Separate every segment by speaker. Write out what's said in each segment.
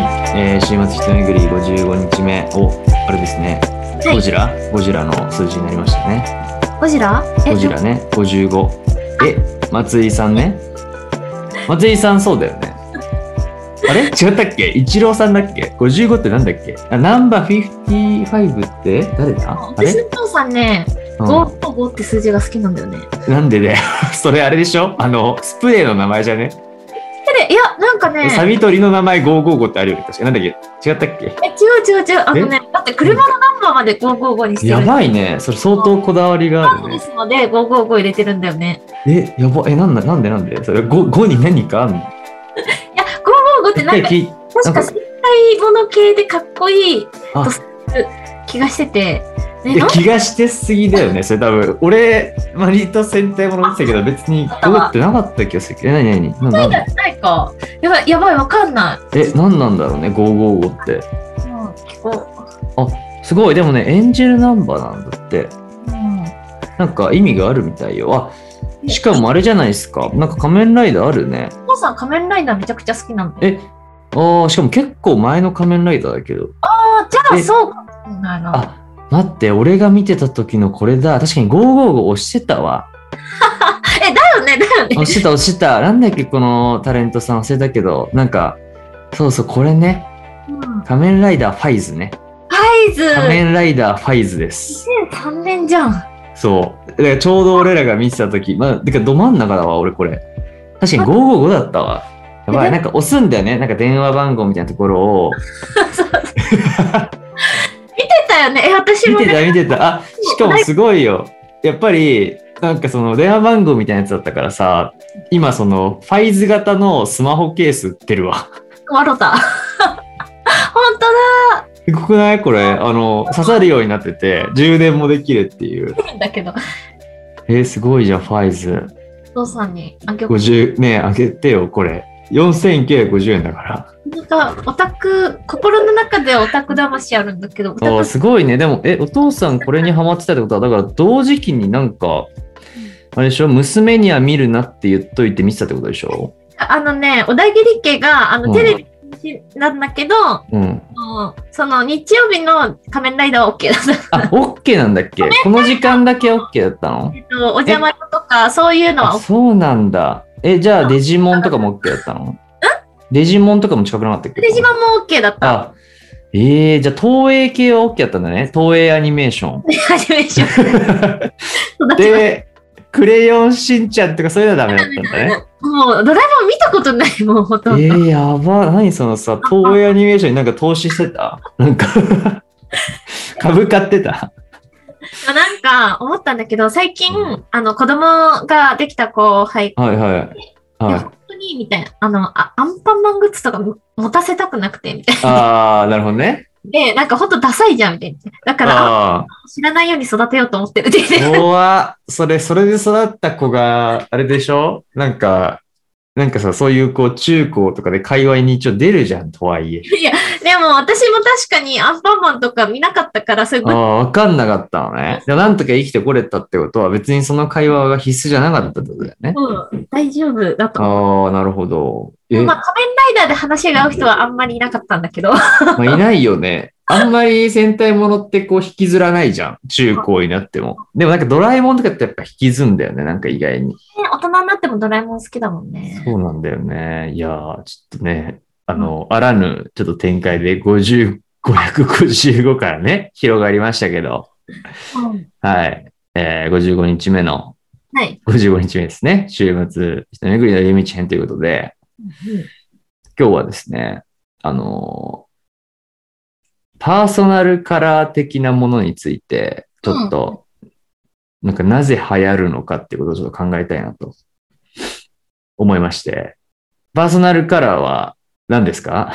Speaker 1: 週末一巡り55日目をあれですね、
Speaker 2: はい
Speaker 1: ゴジラゴジラの数字になりましたね
Speaker 2: ゴジラえ
Speaker 1: ゴジラね55え松井さんね松井さんそうだよねあれ違ったっけ一郎さんだっけ55ってなんだっけあナンバー55って誰だあ
Speaker 2: 私の
Speaker 1: れ、
Speaker 2: お父さんね、
Speaker 1: う
Speaker 2: 5と5って数字が好きなんだよね。
Speaker 1: ん、なんでだよ それあれでしょあのスプレーの名前じゃね
Speaker 2: え、いや、なんかね、
Speaker 1: サビ取りの名前555ってあるよね確かなんだっけ違ったっけ
Speaker 2: え違う違う違う、あのね、だって車のナンバーまで555にして
Speaker 1: や
Speaker 2: る
Speaker 1: ばいね。それ相当こだわりがある
Speaker 2: で
Speaker 1: ね。
Speaker 2: すので、555入れてるんだよね。
Speaker 1: え、やば、え、なんだ、なんで、なんで、それ、五、五に何かあんの。
Speaker 2: いや、555って
Speaker 1: 一
Speaker 2: な
Speaker 1: 回
Speaker 2: んか、
Speaker 1: 聞い、
Speaker 2: 確か接待物系でかっこいい
Speaker 1: あ
Speaker 2: とする気がしてて、ね、
Speaker 1: いや
Speaker 2: なん
Speaker 1: 気がしてすぎだよね。それ多分、俺、割と選定もの見てたけど、別に
Speaker 2: たわ
Speaker 1: 5ってなかった気がするけど。え、なになに、なんなんだ
Speaker 2: かないか。やばい、やばい、わかんない。
Speaker 1: え、なんなんだろうね、五五五って。
Speaker 2: もう聞こう。
Speaker 1: すごい、でもね、エンジェルナンバーなんだって。
Speaker 2: うん
Speaker 1: なんか意味があるみたいよ。あ、しかもあれじゃないですか。なんか仮面ライダーあるね。
Speaker 2: お父さん仮面ライダーめちゃくちゃ好きなんだよ。
Speaker 1: え、ああ、しかも結構前の仮面ライダーだけど。
Speaker 2: ああ、じゃ
Speaker 1: え
Speaker 2: あそうかもしれないな。
Speaker 1: あ待って、俺が見てた時のこれだ。確かに555押してたわ。
Speaker 2: え、だよね、だよね
Speaker 1: 押。してた、押してた。なんだっけ、このタレントさん忘れたけど、なんか、そうそう、これね。
Speaker 2: うん
Speaker 1: 仮面ライダーファイズね。
Speaker 2: サイズ
Speaker 1: 仮面ライダーファイズです。
Speaker 2: 2003年じゃん。
Speaker 1: そう。だからちょうど俺らが見てた時、まあ、てかど真ん中だわ、俺これ。確かに555だったわ。やばい、なんか押すんだよね。なんか電話番号みたいなところを。
Speaker 2: 出たよね。え、私
Speaker 1: 見
Speaker 2: も
Speaker 1: て
Speaker 2: ね。
Speaker 1: た見てたあしかもすごいよやっぱりなんかその電話番号みたいなやつだったからさ今そのファイズ型のスマホケース売ってるわ
Speaker 2: 笑った。 本当
Speaker 1: すごくないこれあの刺さるようになってて充電もできるっていう
Speaker 2: だ。だけど、
Speaker 1: えーすごいじゃんファイズ
Speaker 2: お父さんに、あ、曲、
Speaker 1: 50ねえあげてよこれ4950円だから
Speaker 2: なんか、オタク、心の中ではオタク魂あるんだけど、オタ
Speaker 1: あー
Speaker 2: ク、
Speaker 1: すごいねでもえお父さんこれにハマってたってことはだから同時期になんかあれでしょ娘には見るなって言っといて見てたってことでしょ
Speaker 2: あのね、小田切家が、あ
Speaker 1: う
Speaker 2: の、
Speaker 1: ん
Speaker 2: テレビなんだけど、
Speaker 1: うん
Speaker 2: あのその、日曜日の仮面ライダーは OK だっ た。
Speaker 1: あ、オッケーなんだっけこの時間だけオッケーだったの
Speaker 2: えっと、お邪魔女とか、そういうのは
Speaker 1: あ、
Speaker 2: OK。
Speaker 1: そうなんだ。え、じゃあデジモンとかもオッケーだったのデジモンとかも近くなかったっけ
Speaker 2: で、一番も OK だった。
Speaker 1: あ、えー、じゃあ東映系はオッケーだったんだね。東映アニメーシ ョン。
Speaker 2: 初めてしょ。育ちまし
Speaker 1: で、クレヨンしんちゃんとかそういうのはダメだったんだ ね。
Speaker 2: たもう、ドラえもん見たことない、もう、ほ
Speaker 1: え
Speaker 2: とんど。
Speaker 1: ー、やば。何そのさ、東映アニメーションになんか投資してた なんか、株買ってた
Speaker 2: まあなんか思ったんだけど最近、あの子供ができた後輩で、
Speaker 1: はいはい。はい
Speaker 2: 本。当にみたいなあのあアンパンマングッズとかも持たせたくなくてみたいな
Speaker 1: あー、なるほどね。
Speaker 2: でなんかほんとダサいじゃんみたいなだからあ
Speaker 1: あー。
Speaker 2: 知らないように育てようと思ってるって 言って
Speaker 1: 怖っそれ、それで育った子が、あれでしょなんか、なんかさ、そういうこう、中高とかで界隈に一応出るじゃん、とはいえ。
Speaker 2: でも私も確かにアンパンマンとか見なかったからそういう
Speaker 1: あ
Speaker 2: グッ
Speaker 1: あ、わかんなかったのね。でもなんとか生きてこれたってことは、別にその会話が必須じゃなかったってことだよね。
Speaker 2: ズうん大丈夫だと思う
Speaker 1: ああ、なるほど。え、
Speaker 2: ま
Speaker 1: ま
Speaker 2: あ、仮面ライダーで話が合う人はあんまりいなかったんだけど
Speaker 1: あ、いないよね。あんまり戦隊ものってこう引きずらないじゃん。中高になっても。でもなんかドラえもんとかってやっぱ引きずんだよね。なんか意外に。
Speaker 2: 大人になってもドラえもん好きだもんね
Speaker 1: そうなんだよね。いやー、ちょっとね、あの、あらぬ、ちょっと展開で50、555からね、広がりましたけど、
Speaker 2: うん
Speaker 1: はい。えー、55日目の、
Speaker 2: はい、
Speaker 1: 55日目ですね。週末、人巡りの夜道編ということで、
Speaker 2: うん
Speaker 1: 今日はですね、あのーパーソナルカラー的なものについて、ちょっと、なんかなぜ流行るのかってことをちょっと考えたいなと思いまして、パーソナルカラーは何ですか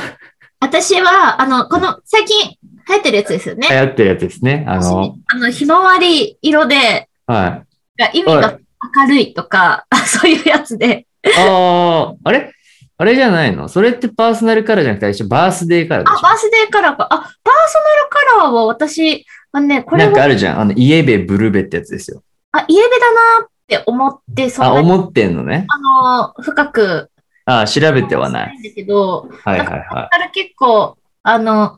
Speaker 2: 私はあのこの最近流行ってるやつですよね
Speaker 1: 流行ってるやつですね。あの、
Speaker 2: あの、ひまわり色で、
Speaker 1: はい。
Speaker 2: が意味が明るいとか、 そういうやつで。
Speaker 1: ああ、あれあれじゃないのそれってパーソナルカラーじゃなくて、一緒バースデーカラーで
Speaker 2: あ、
Speaker 1: し
Speaker 2: バースデーカラーか。あ、パーソナルカラーは私、あのね、こ
Speaker 1: ょ
Speaker 2: れ
Speaker 1: なんか
Speaker 2: は、
Speaker 1: あるじゃん。あの、イエベブルベってやつですよ。
Speaker 2: あ、イエベだなって思って、そん
Speaker 1: あ、
Speaker 2: なに、
Speaker 1: 思ってんのね。
Speaker 2: あの、深く
Speaker 1: あー調べてはない。
Speaker 2: んだけど、
Speaker 1: はいはいはい。
Speaker 2: あれ結構、あの、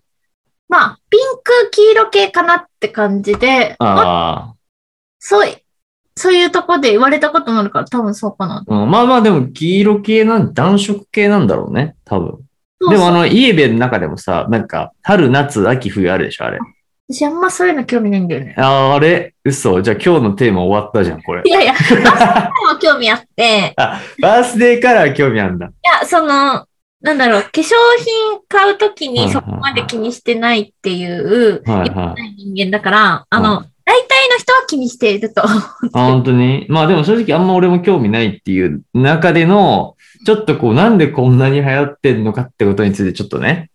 Speaker 2: まあ、ピンク、黄色系かなって感じで、
Speaker 1: あ
Speaker 2: そうい、そういうとこで言われたこともあるから、多分そうかな。
Speaker 1: あ、うんまあまあでも黄色系なん、暖色系なんだろうね、多分。
Speaker 2: そう
Speaker 1: でもあ
Speaker 2: そう
Speaker 1: の、イエベの中でもさ、なんか、春、夏、秋、冬あるでしょ、あれ。
Speaker 2: 私あんまそういうの興味ないんだよね。
Speaker 1: ああれ嘘。じゃあ今日のテーマ終わったじゃん、これ
Speaker 2: い。やいや、も興味あって、
Speaker 1: バースデーカラー興味あるんだ。
Speaker 2: いや、その、なんだろう、化粧品買うとき
Speaker 1: はい
Speaker 2: に
Speaker 1: はい
Speaker 2: そ
Speaker 1: はい
Speaker 2: こまで気にしてないっていう、
Speaker 1: はいはい
Speaker 2: 良くない人間だから、あの、
Speaker 1: は
Speaker 2: 大体の人は気にしている と。
Speaker 1: あ、本当にまあでも正直あんま俺も興味ないっていう中での、ちょっとこうなんでこんなに流行ってんのかってことについてちょっとね、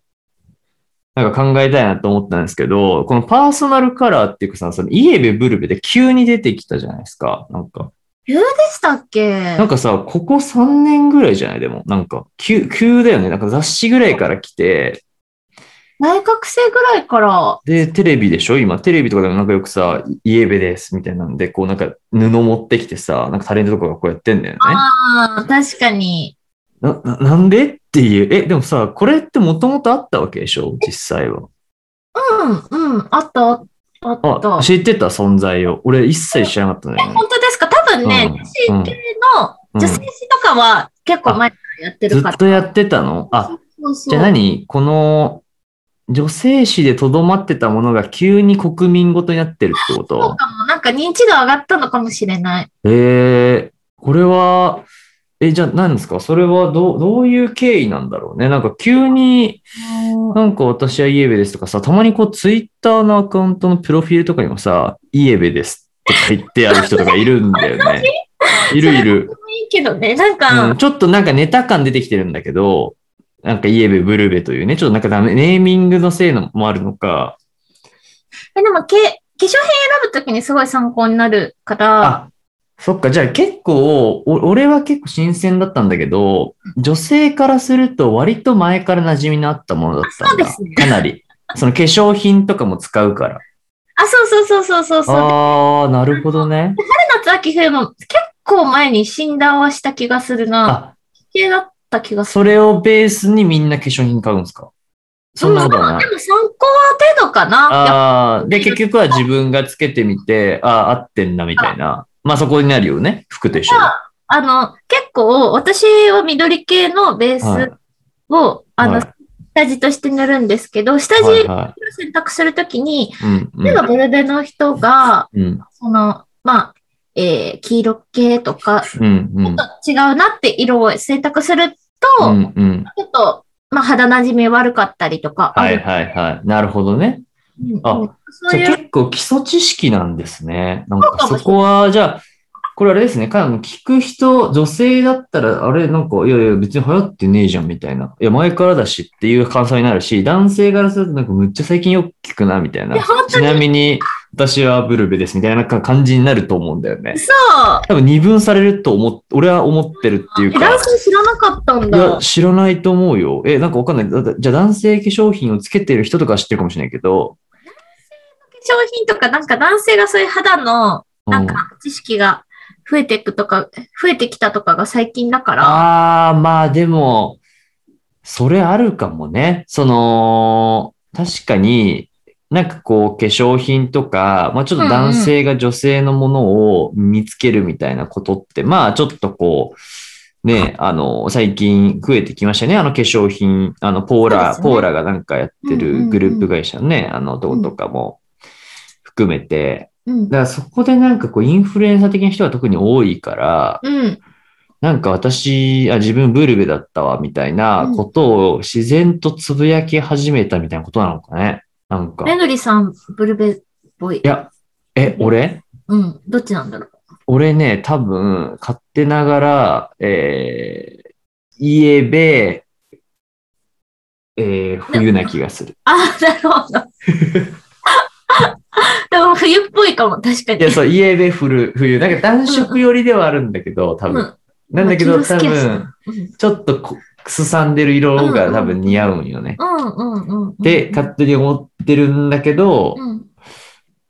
Speaker 1: なんか考えたいなと思ったんですけど、このパーソナルカラーっていうかさ、そのイエベブルベで急に出てきたじゃないですか。なんか、
Speaker 2: でしたっけ
Speaker 1: なんかさ、ここ3年ぐらいじゃないでも、なんか、急、急だよね。なんか雑誌ぐらいから来て、
Speaker 2: 大学生ぐらいから、
Speaker 1: で、テレビでしょ今、テレビとかでもなんかよくさ、イエベですみたいなんで、こうなんか布持ってきてさ、なんかタレントとかがこうやってんだよね。
Speaker 2: ああ、確かに。
Speaker 1: な、ななんでっていう。え、でもさ、これってもともとあったわけでしょ実際は。
Speaker 2: うん、うん、あった、あった。
Speaker 1: あ、知ってた存在を。俺一切知らなかったんだよね。
Speaker 2: 本当ですか多分ね、
Speaker 1: うん
Speaker 2: 女子系の
Speaker 1: うん
Speaker 2: 女性誌とかは結構前からやって
Speaker 1: ず
Speaker 2: るから。
Speaker 1: っとやってたのあ、
Speaker 2: そうそう
Speaker 1: じゃあ何この、女性誌でとどまってたものが急に国民ごとになってるってこ
Speaker 2: そう
Speaker 1: と
Speaker 2: かも。なんか認知度上がったのかもしれない。
Speaker 1: えー、これは、え、じゃあ何ですかそれはどう、どういう経緯なんだろうねなんか急に、なんか私はイエベですとかさ、たまにこうツイッターのアカウントのプロフィールとかにもさ、イエベですとか言ってある人とかいるんだよ ね。いるいる。
Speaker 2: いいけどね、なん
Speaker 1: う
Speaker 2: か
Speaker 1: ん、、ちょっとなんかネタ感出てきてるんだけど、なんかイエベ、ブルベというね、ちょっとなんかダメ、ネーミングのせいのもあるのか。
Speaker 2: えでもけ、化粧品選ぶときにすごい参考になるから、
Speaker 1: あ、そっか、じゃあ結構、お俺は結構新鮮だったんだけど、女性からすると割と前から馴染みのあったものだったんだ。
Speaker 2: あそうですね
Speaker 1: かなり。その化粧品とかも使うから。
Speaker 2: あ、そうそうそうそうそうそう。春
Speaker 1: ああ、なるほどね。
Speaker 2: 夏秋冬も結構前に診断はした気がするな。
Speaker 1: あ、
Speaker 2: 系だった気がす
Speaker 1: そ
Speaker 2: る。
Speaker 1: れをベースにみんな化粧品買うんですかそんなことはない
Speaker 2: で。も参考程度かな。やっ
Speaker 1: ああ、で、結局は自分がつけてみて、ああ、合ってんな、みたいな。まあそこになるよね。服と一緒に。は
Speaker 2: あの、結構、私は緑系のベー
Speaker 1: はい
Speaker 2: スを、あの、
Speaker 1: はい
Speaker 2: 下地として塗るんですけど、下地
Speaker 1: い
Speaker 2: を
Speaker 1: は
Speaker 2: 選択するときに、
Speaker 1: い。うん、う
Speaker 2: 例えば
Speaker 1: ん。
Speaker 2: ブルベの人が、
Speaker 1: うん、
Speaker 2: その、まあ、えー黄色系とか、ち
Speaker 1: うん、うん。
Speaker 2: ょっと違うなって色を選択すると、
Speaker 1: うん、うん。
Speaker 2: ちょっと、まあ、肌馴染み悪かったりとかあ
Speaker 1: はい
Speaker 2: る。
Speaker 1: はいはい。なるほどね。
Speaker 2: うん
Speaker 1: あ
Speaker 2: うんそ
Speaker 1: じ
Speaker 2: う
Speaker 1: ゃ
Speaker 2: い
Speaker 1: あ
Speaker 2: う、
Speaker 1: 結構基礎知識なんですね。なん
Speaker 2: そうか
Speaker 1: か
Speaker 2: もしれ
Speaker 1: そ
Speaker 2: ない
Speaker 1: こは、じゃあ、これあれですね。か聞く人、女性だったら、あれ、なんか、いやいや、別に流行ってねえじゃん、みたいな。いや、前からだしっていう感想になるし、男性からすると、なんか、むっちゃ最近よく聞くな、みたいな
Speaker 2: え。本
Speaker 1: ちなみに、私はブルベです、みたいな感じになると思うんだよね。
Speaker 2: そう。
Speaker 1: 多分二分されると思っ、俺は思ってるっていう
Speaker 2: え
Speaker 1: か
Speaker 2: 男。性知らなかったん
Speaker 1: い
Speaker 2: だ。
Speaker 1: や、知らないと思うよ。え、なんかわかんない。だだじゃあ男性化粧品をつけてる人とかは知ってるかもしれないけど。
Speaker 2: 化粧品とか、なんか男性がそういう肌の、
Speaker 1: う
Speaker 2: なんか知識が増えていくとか、増えてきたとかが最近だから、
Speaker 1: あー、まあでも、それあるかもね。その、確かに、なんかこう、化粧品とか、まあちょっと男性が女性のものを見つけるみたいなことって、まあちょっとこう、ね、あの、最近増えてきましたね。あの化粧品、あの、ポーラ、
Speaker 2: そうですね
Speaker 1: ポーラがなんかやって
Speaker 2: うんうんう
Speaker 1: る
Speaker 2: ん
Speaker 1: グループ会社のね、あの、とことかも含めて、
Speaker 2: うん
Speaker 1: だ。からそこでなんかこう、インフルエンサー的な人は特に多いから、
Speaker 2: うん。
Speaker 1: なんか私、あ、自分ブルベだったわ、みたいなことを自然とつぶやき始めたみたいなことなのかね。なんか。
Speaker 2: め
Speaker 1: い
Speaker 2: ぐりさん、ブルベっぽい。
Speaker 1: や、え、俺
Speaker 2: うん。どっちなんだろう。
Speaker 1: 俺ね、多分、勝手ながら、えー、イエベ、えー、冬な気がする。
Speaker 2: あ、なるほど。 でも冬っぽいかも、確か
Speaker 1: い
Speaker 2: に。
Speaker 1: や、そう、イエベ、冬、冬。なんか暖色寄りではあるんだけど、多
Speaker 2: う
Speaker 1: 分
Speaker 2: ん。
Speaker 1: なんだけど、
Speaker 2: まあ黄
Speaker 1: 多
Speaker 2: 色好きやし
Speaker 1: 分、ちょっとこくすさんでる色が多分似合うんよね。
Speaker 2: うんうんうんうん。
Speaker 1: って勝手に思ってるんだけど、
Speaker 2: うん。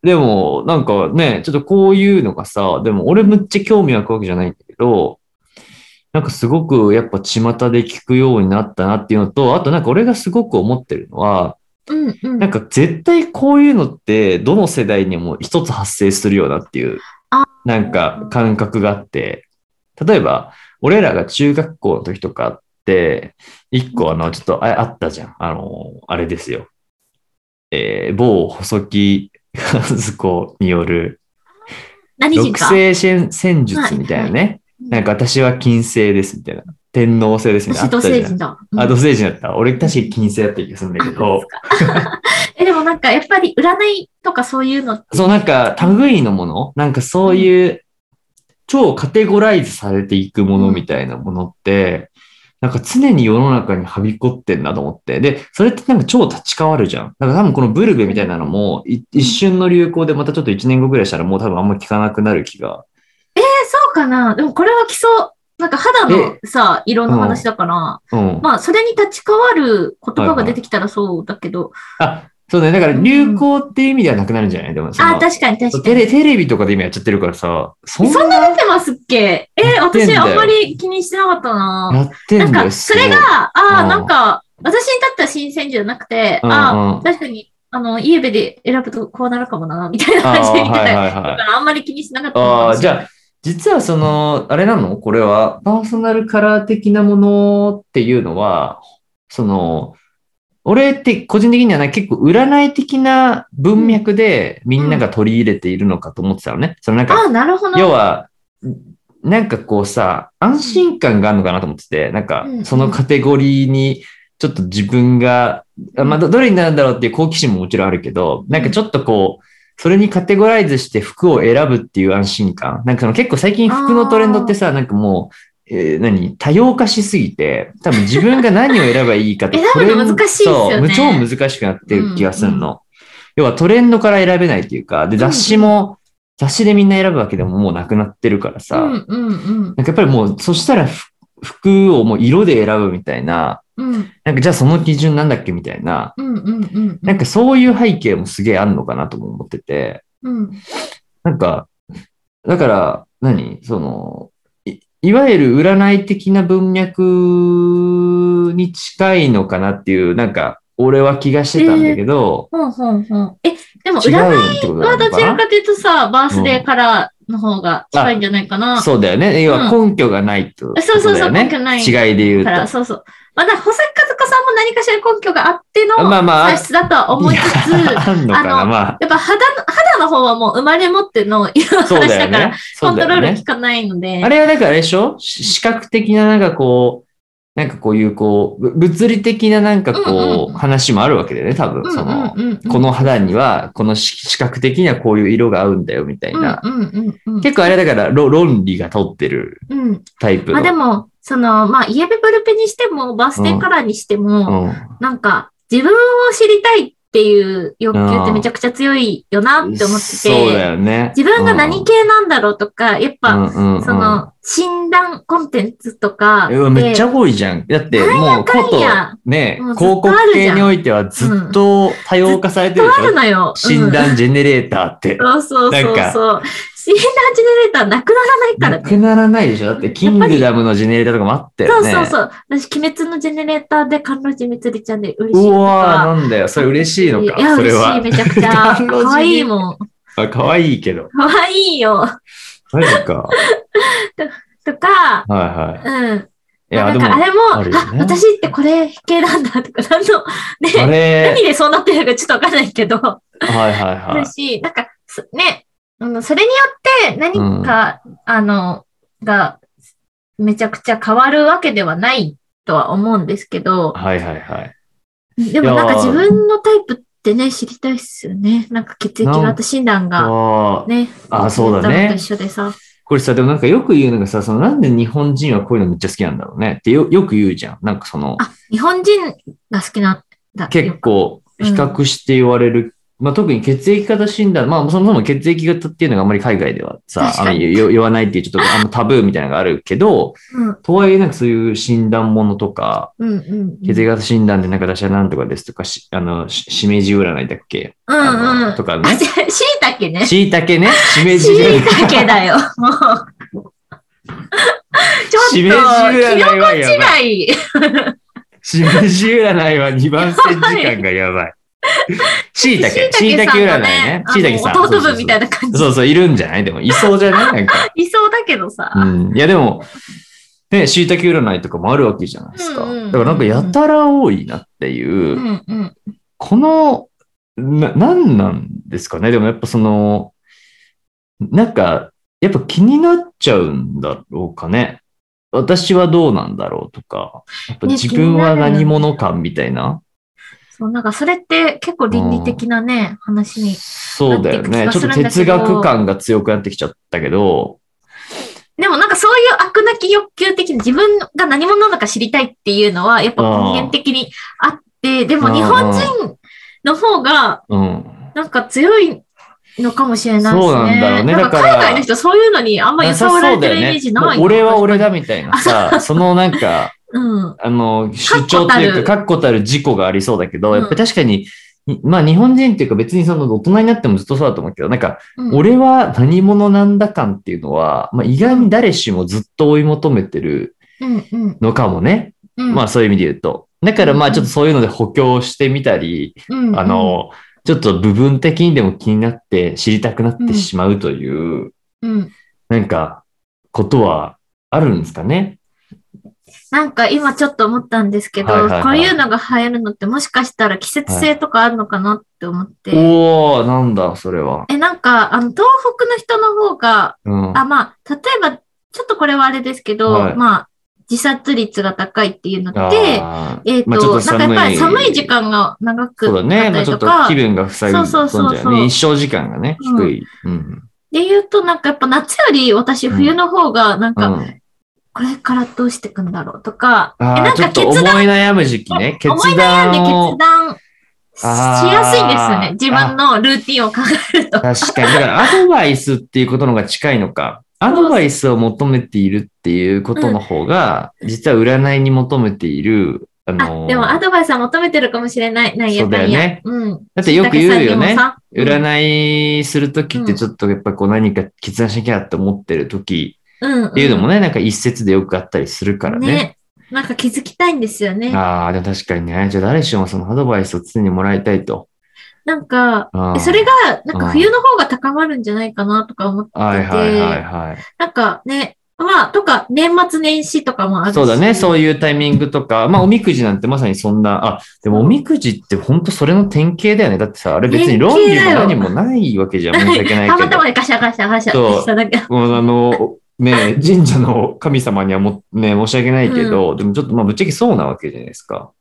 Speaker 1: でもなんかね、ちょっとこういうのがさ、でも俺むっちゃ興味湧くわけじゃないんだけど、なんかすごくやっぱ巷で聞くようになったなっていうのと、あとなんか俺がすごく思ってるのは、
Speaker 2: うんうん。
Speaker 1: なんか絶対こういうのってどの世代にも一つ発生するようなっていう
Speaker 2: あ、
Speaker 1: なんか感覚があって、例えば俺らが中学校の時とかって、一個あの、ちょっとああったじゃん。あの、あれですよ。えー某細木和子による
Speaker 2: 何人
Speaker 1: 六
Speaker 2: か。
Speaker 1: 星戦戦術みたいなね。
Speaker 2: い
Speaker 1: なんか私は金星ですみたいな。天皇星ですみたい
Speaker 2: 私
Speaker 1: な。あ
Speaker 2: 土
Speaker 1: ったじ
Speaker 2: 星
Speaker 1: ゃん
Speaker 2: 人。だ。
Speaker 1: あ、土星人だった。俺確かに金星だった気がするんだけど。
Speaker 2: え、でもなんかやっぱり占いとかそういうのって。
Speaker 1: そう、なんか、類のものなんかそういう、超カテゴライズされていくものみたいなものって、なんか常に世の中にはびこってんなと思って。で、それってなんか超立ち変わるじゃん。だから多分このブルベみたいなのも、い一瞬の流行でまたちょっと1年後ぐらいしたらもう多分あんま聞かなくなる気が。
Speaker 2: え、そうかなでもこれは基礎、なんか肌のさ、色の話だから、
Speaker 1: うん。
Speaker 2: まあそれに立ち変わる言葉が出てきたらそうだけど。
Speaker 1: あ、そうね。だから流行っていう意味ではなくなるんじゃないでもその
Speaker 2: あ、確かに確か
Speaker 1: テ
Speaker 2: に。
Speaker 1: レ、テレビとかで今やっちゃってるからさ、そん
Speaker 2: そん
Speaker 1: な
Speaker 2: 出てますっけえ
Speaker 1: やってん
Speaker 2: 私
Speaker 1: だよ
Speaker 2: あんまり気にしてなかったな。
Speaker 1: やってんだ
Speaker 2: な
Speaker 1: よ。
Speaker 2: んか、それ
Speaker 1: す
Speaker 2: が、あ
Speaker 1: う
Speaker 2: あ、
Speaker 1: ん
Speaker 2: なんか、私にとっては新鮮じゃなくて、
Speaker 1: ごい、
Speaker 2: あ
Speaker 1: うんうん
Speaker 2: あ、確かに、あの、イエベで選ぶとこうなるかもな、みたいな
Speaker 1: あ
Speaker 2: 感じ
Speaker 1: ー
Speaker 2: で見てた
Speaker 1: はい
Speaker 2: か
Speaker 1: はいはい。
Speaker 2: ら、あんまり気にしなかったのか
Speaker 1: あ
Speaker 2: も
Speaker 1: あ、
Speaker 2: し
Speaker 1: じ
Speaker 2: れな
Speaker 1: ゃ
Speaker 2: い
Speaker 1: あ、実はその、あれなのこれは、パーソナルカラー的なものっていうのは、その、俺って個人的にはね、結構占い的な文脈でみんなが取り入れているのかと思ってたのね。そのなん
Speaker 2: あ
Speaker 1: か、
Speaker 2: あ、なるほど。
Speaker 1: 要は、なんかこうさ、安心感があるのかなと思ってて、なんか
Speaker 2: うん
Speaker 1: そのカテゴリーにちょっと自分が、あまあ、どどれになるんだろうっていう好奇心ももちろんあるけど、なんかちょっとこう、それにカテゴライズして服を選ぶっていう安心感。なんかその結構最近服のトレンドってさ、なんかもう、えー何多様化しすぎて、多分自分が何を選べばいいかって
Speaker 2: 選ぶの難しいっすよね
Speaker 1: そう超難しくなってる気がするの。要はトレンドから選べないというか、で、雑誌も、雑誌でみんな選ぶわけでももうなくなってるからさ、
Speaker 2: うんうんうん
Speaker 1: なんかやっぱりもう、そしたらふ服をもう色で選ぶみたいな、
Speaker 2: うん
Speaker 1: なんかじゃあその基準なんだっけみたいな、
Speaker 2: うんうんうん
Speaker 1: なんかそういう背景もすげえあんのかなとも思ってて、
Speaker 2: うん
Speaker 1: なんか、だから何、その、いいわゆる占い的な文脈に近いのかなっていう、なんか、俺は気がしてたんだけど、
Speaker 2: ほんほんほん。え、でも
Speaker 1: 違
Speaker 2: 占いう
Speaker 1: ってことな
Speaker 2: は
Speaker 1: の
Speaker 2: どち
Speaker 1: からな
Speaker 2: かというとさ、バースデーカラーの方が近いんじゃないかな。
Speaker 1: そうだよね。要は根拠がないってことだよね。
Speaker 2: そうそうそう根拠ない
Speaker 1: 違いで言う
Speaker 2: か
Speaker 1: と。
Speaker 2: ら、そうそう。まあだから、細木和子さんも何かしら根拠があっての
Speaker 1: まあまあ
Speaker 2: 体質だとは思いつつ、
Speaker 1: いやあんのかな
Speaker 2: あの
Speaker 1: ま
Speaker 2: やっぱ肌の、肌の方はもう生まれ持っての色の
Speaker 1: あ。そう
Speaker 2: 話
Speaker 1: だ
Speaker 2: だ
Speaker 1: よ
Speaker 2: から、
Speaker 1: ね。
Speaker 2: コ
Speaker 1: そう
Speaker 2: ン
Speaker 1: だ
Speaker 2: トロー
Speaker 1: よ
Speaker 2: ル
Speaker 1: ね
Speaker 2: 効。かないので。
Speaker 1: あれはだからあれでしょし視覚的ななんかこう、なんかこういうこう、ぶ物理的ななんか
Speaker 2: うん
Speaker 1: こ
Speaker 2: うん
Speaker 1: う、話もあるわけだよね、多分。その、
Speaker 2: うんうんうんうん、
Speaker 1: この肌には、この視視覚的にはこういう色が合うんだよ、みたいな。
Speaker 2: うんうんうんうん、
Speaker 1: 結構あれだから、ろ論理が通ってる
Speaker 2: うん。
Speaker 1: タイプの。
Speaker 2: まあでも、その、まあ、イエベブルペにしても、バースデーカラーにしても、なんか、自分を知りたいっていう欲求ってめちゃくちゃ強いよな
Speaker 1: うん。
Speaker 2: って思ってて、
Speaker 1: そうだよね。
Speaker 2: 自分が何系なんだろうとか、やっぱ、
Speaker 1: うんうんうん
Speaker 2: その、診断コンテンツとか
Speaker 1: うわ
Speaker 2: で
Speaker 1: めっちゃ多いじゃん。だってもうこ
Speaker 2: なん
Speaker 1: と
Speaker 2: やかんや、
Speaker 1: ね、
Speaker 2: もうずっと
Speaker 1: 広
Speaker 2: あ
Speaker 1: 告
Speaker 2: るじゃん
Speaker 1: 系においてはずっと多様化されてるでし
Speaker 2: ある
Speaker 1: ょ、
Speaker 2: のよ。
Speaker 1: 診
Speaker 2: うん
Speaker 1: 断ジェネレーターって。
Speaker 2: そうそうそう
Speaker 1: なん
Speaker 2: そう。診断ジェネレーターなくならないから
Speaker 1: な
Speaker 2: ね。
Speaker 1: くならないでしょだって、キングダムのジェネレーターとかもあった
Speaker 2: そ
Speaker 1: よ
Speaker 2: う
Speaker 1: ね。
Speaker 2: そうそう。私、鬼滅のジェネレーターで、甘露寺みつりちゃんで嬉しいと
Speaker 1: う
Speaker 2: か。
Speaker 1: わーなんだよ。それ嬉しいの
Speaker 2: いや、
Speaker 1: か。それ
Speaker 2: 嬉しい。
Speaker 1: は。
Speaker 2: めちゃくちゃ。
Speaker 1: 甘露寺
Speaker 2: 可愛いもん。
Speaker 1: あ可愛いけど。
Speaker 2: 可愛いよ。
Speaker 1: マジか。
Speaker 2: とか、
Speaker 1: はいは
Speaker 2: うん。
Speaker 1: い。いや、
Speaker 2: なん
Speaker 1: でも、
Speaker 2: か、あ
Speaker 1: あ
Speaker 2: れも、
Speaker 1: あるよ
Speaker 2: あ、
Speaker 1: ね
Speaker 2: 私ってこれ系なんだとか、なんの、ね、
Speaker 1: れ、
Speaker 2: 何でそうなってるのかちょっとわかんないけど、
Speaker 1: はいはい
Speaker 2: あ
Speaker 1: は
Speaker 2: る
Speaker 1: い。
Speaker 2: し、なんか、そね、うんそれによって何か、あの、が、めちゃくちゃ変わるわけではないとは思うんですけど、
Speaker 1: はいはいはい。
Speaker 2: でもなんか
Speaker 1: いやー
Speaker 2: 自分のタイプってね、知りたいっすよね。なんか血液型診断が
Speaker 1: あー
Speaker 2: ね。
Speaker 1: あそうだね
Speaker 2: と一緒でさ。
Speaker 1: これさ、でもなんかよく言うのがさ、そのなんで日本人はこういうのめっちゃ好きなんだろうねってよよく言うじゃん。なんかその、
Speaker 2: あ、日本人が好きなんだ。
Speaker 1: 結構比較して言われる、まあ、特に血液型診断、まあ、そもそも血液型っていうのがあんまり海外ではさ
Speaker 2: 確、
Speaker 1: あ
Speaker 2: か
Speaker 1: の
Speaker 2: に
Speaker 1: 言言わないっていうちょっとあのタブーみたいなのがあるけど、
Speaker 2: うん。
Speaker 1: とはいえなんかそういう診断ものとか、
Speaker 2: うんうんうん。
Speaker 1: 血液型診断でなんか私はなんとかですとか、しあの、ししめじ占いだっけ
Speaker 2: うんう
Speaker 1: あ
Speaker 2: ん。
Speaker 1: のとかね
Speaker 2: あ、しいたけね。
Speaker 1: しいたけね、しめ
Speaker 2: し
Speaker 1: じ占い
Speaker 2: いたけだよ。もう。ちょっと、
Speaker 1: しめじ占いはやば
Speaker 2: 違い。
Speaker 1: しめじ占いは2番線時間がやばい。しいた け、しいたけ占いね。しいたけさん。
Speaker 2: 弟分みたいな 感じ。
Speaker 1: そうそう、いるんじゃないでも、いそうじ ゃないなんか。
Speaker 2: いそうだけどさ。
Speaker 1: うん。いや、でも、ね、しいたけ占いとかもあるわけじゃないですか。
Speaker 2: うんうんうんうん
Speaker 1: だからなんか、やたら多いなっていうう、
Speaker 2: んうん。
Speaker 1: この、な、なんなんですかね。でもやっぱその、なんか、やっぱ気になっちゃうんだろうかね。私はどうなんだろうとか、やっぱ
Speaker 2: ね
Speaker 1: 自分は
Speaker 2: 気になる
Speaker 1: 何者かみたいな。
Speaker 2: そう、なんかそれって結構倫理的なね、話に。
Speaker 1: そうだよ
Speaker 2: な
Speaker 1: ね
Speaker 2: っ。
Speaker 1: ち
Speaker 2: て
Speaker 1: ょっと
Speaker 2: いく気がするんだけど
Speaker 1: 哲学感が強くなってきちゃったけど、
Speaker 2: でもなんかそういう悪なき欲求的に自分が何者なのか知りたいっていうのはやっぱ根源的にあって、でも日本人の方が
Speaker 1: うん。
Speaker 2: なんか強いのかもしれないですね。
Speaker 1: そうなんだろうね
Speaker 2: なんか
Speaker 1: だから
Speaker 2: 海外の人そういうのにあんま揺さぶられてるイメージない。
Speaker 1: もう俺は俺だみたいな さ、そのなんか、
Speaker 2: うん。
Speaker 1: あの、主張っていうか、確固たる事故がありそうだけど、
Speaker 2: うん
Speaker 1: やっぱり確かに、にまあ日本人っていうか別にその大人になってもずっとそうだと思うけど、なんか、
Speaker 2: うん、
Speaker 1: 俺は何者なんだ感っていうのは、まあ意外に誰しもずっと追い求めてる
Speaker 2: うんうん
Speaker 1: のかもね。
Speaker 2: うん、
Speaker 1: まあそういう意味で言うと。だからまあ
Speaker 2: うん
Speaker 1: ちょっとそういうので補強してみたり、
Speaker 2: うんうん
Speaker 1: あ、の、ちょっと部分的にでも気になって知りたくなってしまうという、
Speaker 2: うん。
Speaker 1: なんか、ことはあるんですかね。
Speaker 2: なんか今ちょっと思ったんですけど、
Speaker 1: はいはいはい
Speaker 2: こういうのが流行るのってもしかしたら季節性とかあるのかなって思って。
Speaker 1: おー、なんだ、それは。
Speaker 2: え、なんか、あの、東北の人の方が、
Speaker 1: うん。
Speaker 2: あ、まあ、例えば、ちょっとこれはあれですけど、
Speaker 1: はい
Speaker 2: まあ、自殺率が高いっていうの
Speaker 1: あ
Speaker 2: で、
Speaker 1: ー
Speaker 2: えっ、と、
Speaker 1: まあちょっと
Speaker 2: なんかやっぱり寒い時間が長く
Speaker 1: そうだ
Speaker 2: な
Speaker 1: ね。
Speaker 2: った
Speaker 1: まあ
Speaker 2: り
Speaker 1: ちょ
Speaker 2: と
Speaker 1: っと
Speaker 2: か、
Speaker 1: 気分が塞いで
Speaker 2: そうそうそうそう
Speaker 1: 飛んじゃね。一生時間がね、
Speaker 2: うん
Speaker 1: 低い。うん。
Speaker 2: で言うと、なんかやっぱ夏より私冬の方が、なん
Speaker 1: う
Speaker 2: か、
Speaker 1: ん。
Speaker 2: これからどうしていくんだろうとか、え、
Speaker 1: あ
Speaker 2: な
Speaker 1: あ、
Speaker 2: ん
Speaker 1: ちょ
Speaker 2: か
Speaker 1: っと思
Speaker 2: 決
Speaker 1: い
Speaker 2: 断
Speaker 1: 悩む時期ね。決
Speaker 2: 思い
Speaker 1: 断
Speaker 2: で
Speaker 1: を
Speaker 2: 決断し
Speaker 1: あー
Speaker 2: やすいんですよね。自分のルーティンを考えると。
Speaker 1: 確かに。だからアドバイスっていうことの方が近いのか。アドバイスを求めているっていうことの方が、実は占いに求めている、あの
Speaker 2: あ、でもアドバイスは求めてるかもしれない。なんやかん
Speaker 1: そうだ
Speaker 2: や。
Speaker 1: よね
Speaker 2: うん。
Speaker 1: だってよく言うよね。
Speaker 2: 椎茸さんにもさ。
Speaker 1: 占いするときってちょっとやっぱこう何か決断しなきゃって思ってるとき
Speaker 2: うん。っ
Speaker 1: っていうのもね、なんか一説でよくあったりするからね。
Speaker 2: なんか気づきたいんですよね。
Speaker 1: ああ、でも確かにね。じゃあ誰しもそのアドバイスを常にもらいたいと。
Speaker 2: なんか、
Speaker 1: あー
Speaker 2: それが、なんか冬の方が高まるんじゃないかなとか思ってて、
Speaker 1: はいはいはいはい。
Speaker 2: なんかね、まあ、とか、年末年始とかもあるし。
Speaker 1: そうだ ね。そういうタイミングとか。まあ、おみくじなんてまさにそんな。あ、でもおみくじって本当それの典型だよね。だってさ、あれ別に論理も何もないわけじゃ申し訳ない
Speaker 2: た
Speaker 1: け
Speaker 2: また
Speaker 1: ど。
Speaker 2: まガシャガシャガシャって
Speaker 1: そう
Speaker 2: しただけ。う
Speaker 1: もうあの、ね、神社の神様にはもね、申し訳ないけど、でもちょっとまあぶっちゃけそうなわけじゃないですか。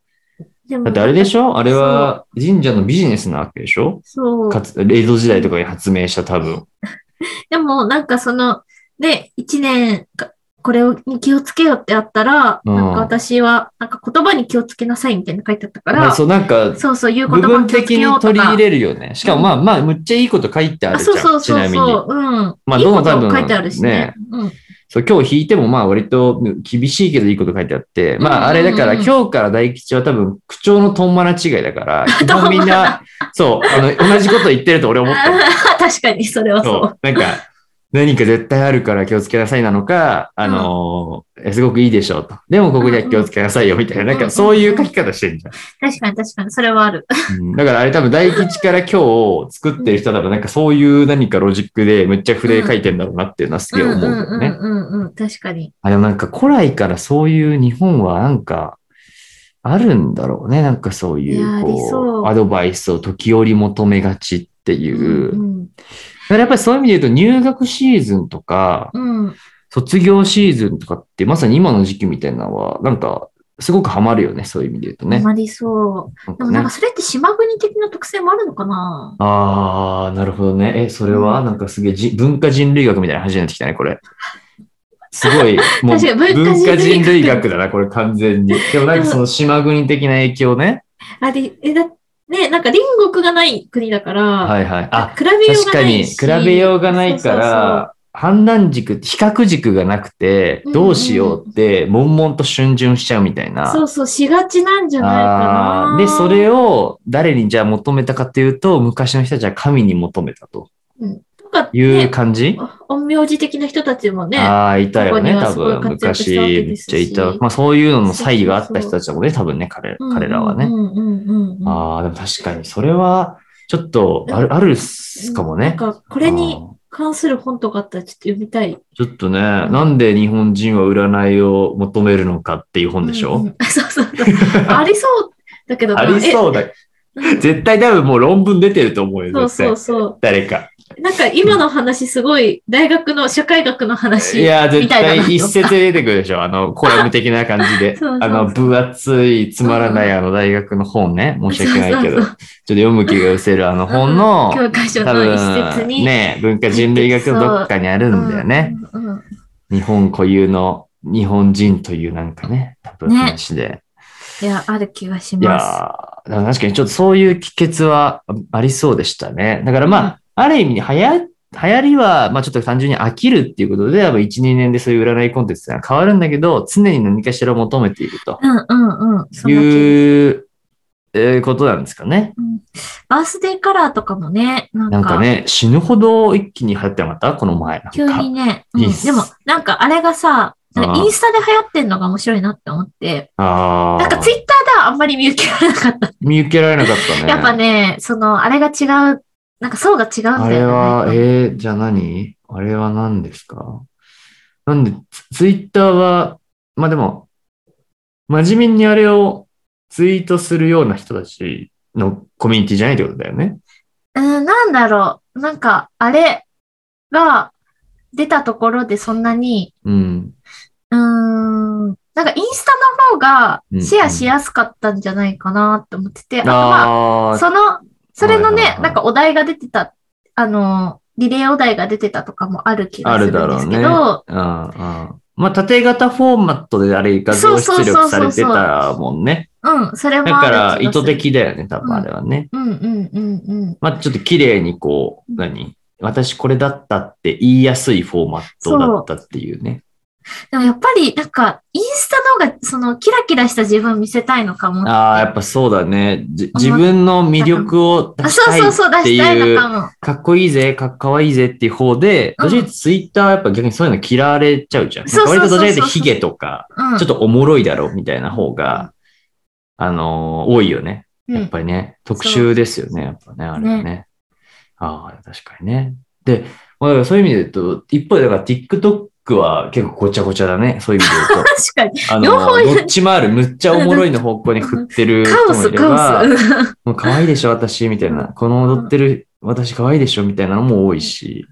Speaker 2: で
Speaker 1: だってあれで
Speaker 2: ょ
Speaker 1: しょあれは神社のビジネスなわけでしょ
Speaker 2: そう。
Speaker 1: かつ、江戸時代とかに発明した多分。
Speaker 2: でも、なんかその、ね、一年か、これに気をつけようってあったら、
Speaker 1: うん
Speaker 2: なんか私は、なんか言葉に気をつけなさいみたいなの書いてあったか
Speaker 1: まあ
Speaker 2: ら、
Speaker 1: そうなんか、
Speaker 2: そうそう、言う
Speaker 1: 部
Speaker 2: 言葉
Speaker 1: 分
Speaker 2: に気をつ
Speaker 1: 的
Speaker 2: けよ
Speaker 1: に
Speaker 2: うと
Speaker 1: 取り
Speaker 2: か
Speaker 1: 入。れるよね。しかもまあまあ、むっちゃいいこと書いてあ
Speaker 2: あ
Speaker 1: るじ
Speaker 2: そう
Speaker 1: ゃ
Speaker 2: そ
Speaker 1: ん。
Speaker 2: う
Speaker 1: ち
Speaker 2: そう
Speaker 1: なみに。
Speaker 2: そう。うん。
Speaker 1: まあ
Speaker 2: いい
Speaker 1: どの
Speaker 2: こ
Speaker 1: 多
Speaker 2: と
Speaker 1: 分
Speaker 2: 書いてあるしね。うん。
Speaker 1: そう、今日引いてもまあ割と厳しいけどいいこと書いてあって、まああれだから
Speaker 2: うんうんうん
Speaker 1: 今日から大吉は多分口調のトンマナ違いだから、基本 みんな、そう、あの、同じこと言ってると俺思ったの。
Speaker 2: 確かに、それはそ。
Speaker 1: そうう、なんか、何か絶対あるから気をつけなさいなのか、あのーえすごくいいでしょうと。でもここでは気をつけなさいよみたいな、なんかそういう書き方してんじゃん。
Speaker 2: 確かに、確かに、それはある。
Speaker 1: うんだからあれ多分大吉から今日作ってる人は多分なんかそういう何かロジックでむっちゃ筆書いてんだろうなっていうのはす
Speaker 2: う
Speaker 1: げえ
Speaker 2: ん
Speaker 1: 思
Speaker 2: う
Speaker 1: うんんだよね。
Speaker 2: うんうんうん。確かに。
Speaker 1: あ、でもなんか古来からそういう日本はなんか、あるんだろうね。なんかそうい
Speaker 2: いや
Speaker 1: う、
Speaker 2: ありそ
Speaker 1: こ
Speaker 2: う
Speaker 1: う、アドバイスを時折求めがちっていうう。
Speaker 2: ん
Speaker 1: だからやっぱりそういう意味で言うと、入学シーズンとか、
Speaker 2: うん。うん
Speaker 1: 卒業シーズンとかって、まさに今の時期みたいなのは、なんか、すごくハマるよね。そういう意味で言うと
Speaker 2: あ
Speaker 1: ね。
Speaker 2: まりそう。
Speaker 1: なん
Speaker 2: で
Speaker 1: か
Speaker 2: も
Speaker 1: ね
Speaker 2: なんかそれって島国的な特性もあるのかな
Speaker 1: あー、なるほどね。え、それは、なんかすげえじ、文化人類学みたいな話になってきたね、これ。す ごい、もう、
Speaker 2: 確かに文
Speaker 1: 文化
Speaker 2: 化人類学
Speaker 1: 人類学だな、これ完全に。でもなんかその島国的な影響ね。
Speaker 2: あれ、え、だ、ね、なんか隣国がない国だから、
Speaker 1: はいはい。あ、
Speaker 2: 比べよ
Speaker 1: 確
Speaker 2: うが
Speaker 1: か
Speaker 2: ない
Speaker 1: に、
Speaker 2: し。
Speaker 1: 比べようがないから、判断軸、比較軸がなくて
Speaker 2: うんう、ん
Speaker 1: どうしようって、悶々と逡巡しちゃうみたいな。
Speaker 2: そうそうそうそう、しがちなんじゃないか
Speaker 1: あ
Speaker 2: な。
Speaker 1: ーで、それを誰にじゃあ求めたかというと、昔の人たちは神に求めたと。
Speaker 2: うん、となんか
Speaker 1: いう
Speaker 2: ね、
Speaker 1: 感じ、
Speaker 2: 陰陽師的な人たちもね、
Speaker 1: ああ、いたよね、
Speaker 2: 過去には
Speaker 1: 多
Speaker 2: すごい
Speaker 1: 分。
Speaker 2: 活躍したわけ
Speaker 1: 昔、め
Speaker 2: で
Speaker 1: っ
Speaker 2: す
Speaker 1: ちゃい。
Speaker 2: した
Speaker 1: まあそういうのの差異があった人たちだもんね、多分ね、彼
Speaker 2: うん
Speaker 1: 彼らは
Speaker 2: う
Speaker 1: ね。
Speaker 2: んうんうんうん。
Speaker 1: ああ、でも確かに、それは、ちょっと、ある、あるっすかも
Speaker 2: なん
Speaker 1: ね。
Speaker 2: か、これ
Speaker 1: あ
Speaker 2: に
Speaker 1: ー
Speaker 2: 関する本とかあったらちょっと読みたい。
Speaker 1: ちょっとね、なんで日本人は占いを求めるのかっていう本でしょ、
Speaker 2: うんうん そうそうそう。ありそうだけどな、
Speaker 1: ありそうだ。絶対多分もう論文出てると思う
Speaker 2: え
Speaker 1: よ、
Speaker 2: そう
Speaker 1: 絶対。
Speaker 2: そうそう。
Speaker 1: 誰か。
Speaker 2: なんか今の話すごい、大学の社会学の
Speaker 1: い
Speaker 2: 話。
Speaker 1: や、絶
Speaker 2: みたい
Speaker 1: 対
Speaker 2: だな
Speaker 1: 一説で出てくるでしょ。あの、コラム的な感じで。
Speaker 2: そうそうそう
Speaker 1: あの、分厚い、つまらないあの大学の本ね。申し訳ないけど。ちょ
Speaker 2: そう
Speaker 1: っ
Speaker 2: そう
Speaker 1: と読む気が失せるあの本の、
Speaker 2: 教科書
Speaker 1: 多
Speaker 2: の一節
Speaker 1: 分、
Speaker 2: に。
Speaker 1: ね、文化人類学のどっかにあるんだよね。
Speaker 2: うん。うんうん
Speaker 1: 日本固有の、日本人というなんかね、多分
Speaker 2: ね
Speaker 1: 話で。
Speaker 2: いや、ある気がし
Speaker 1: いや
Speaker 2: ます。
Speaker 1: ーでも確かにちょっとそういう帰結はあありそうでしたね。だからまあ、
Speaker 2: うん
Speaker 1: ある意味に流行、流行りは、まあちょっと単純に飽きるっていうことで、多分1、2年でそういう占いコンテンツが変わるんだけど、常に何かしらを求めていると
Speaker 2: うんうんうん。そんな気が
Speaker 1: いう、えーことなんですかね。
Speaker 2: バースデーカラーとかもね、なんか
Speaker 1: なんかね、死ぬほど一気に流行ってなかったこの前。なんか
Speaker 2: 急にね、うん
Speaker 1: いいっす
Speaker 2: でもなんかあれがさ、
Speaker 1: ああ
Speaker 2: インスタで流行ってんのが面白いなって思って、
Speaker 1: あ
Speaker 2: なんか
Speaker 1: あ
Speaker 2: ツイッターではあんまり見受けられなかった。
Speaker 1: 見受けられなかったね。
Speaker 2: やっぱね、その、あれが違う、なんか層が違うんだよね。
Speaker 1: あれは、
Speaker 2: なんか
Speaker 1: えー、じゃあ何あれは何ですかなんで、ツツイッターは、まあでも、真面目にあれをツイートするような人たちのコミュニティじゃないってことだよね。
Speaker 2: うん、なんだろう。なんか、あれが出たところでそんなに、
Speaker 1: うん。
Speaker 2: うーん、なんかインスタの方がシェアしやすかったんじゃないかなって思ってて、あとまあ、
Speaker 1: あー
Speaker 2: その、それの
Speaker 1: はいはい
Speaker 2: ね
Speaker 1: は、い
Speaker 2: なんかお題が出てた、あの、リレーお題が出てたとかもある気がするんですけ
Speaker 1: あるだ
Speaker 2: ど、
Speaker 1: あー、あーまあ、縦型フォーマットであれ画像出力されてたもんね。
Speaker 2: うん、それ
Speaker 1: だ
Speaker 2: もある
Speaker 1: か
Speaker 2: 気が
Speaker 1: ら
Speaker 2: する。
Speaker 1: 意図。的だよね、多分あれはね。
Speaker 2: うんうんうんうん。
Speaker 1: まあ、ちょっと綺麗にこう、何私これだったって言いやすいフォーマットだったっていうね。
Speaker 2: でもやっぱり、なんか、インスタの方が、その、キラキラした自分見せたいのかも。
Speaker 1: ああ、やっぱそうだね。じ
Speaker 2: あん
Speaker 1: 自
Speaker 2: ま
Speaker 1: 分の魅力を出
Speaker 2: あ
Speaker 1: し
Speaker 2: そう
Speaker 1: たい
Speaker 2: そうそう、出
Speaker 1: って
Speaker 2: したい
Speaker 1: い
Speaker 2: の
Speaker 1: う
Speaker 2: か、も。
Speaker 1: かっこいいぜ、かかわいいぜっていう方で、
Speaker 2: う
Speaker 1: ど
Speaker 2: ん
Speaker 1: っちかというとツイッターはやっぱ逆にそういうの嫌われちゃうじゃん。
Speaker 2: そうそうそうそう
Speaker 1: 割とどっちかというとヒゲとか、
Speaker 2: うん。
Speaker 1: ちょっとおもろいだろみたいな方が、あのー多いよね。
Speaker 2: うん
Speaker 1: やっぱりね、特集ですよね、やっぱね、あれはね。ああ、確かにね。で、まあ、だからそういう意味で言うと、一方でだから TikTok は結構ごちゃごちゃだね、そういう意味で言うと。
Speaker 2: 確か
Speaker 1: あ
Speaker 2: に。両
Speaker 1: の、
Speaker 2: 方いる
Speaker 1: どっちもある、むっちゃおもろいの方向に振ってる
Speaker 2: カ
Speaker 1: 人
Speaker 2: オ
Speaker 1: も
Speaker 2: ス、
Speaker 1: いれ
Speaker 2: カ
Speaker 1: ば
Speaker 2: オ、ス。
Speaker 1: もう可愛いでしょ、私、みたいな。この踊ってる、私可愛いでしょ、みたいなのも多いし。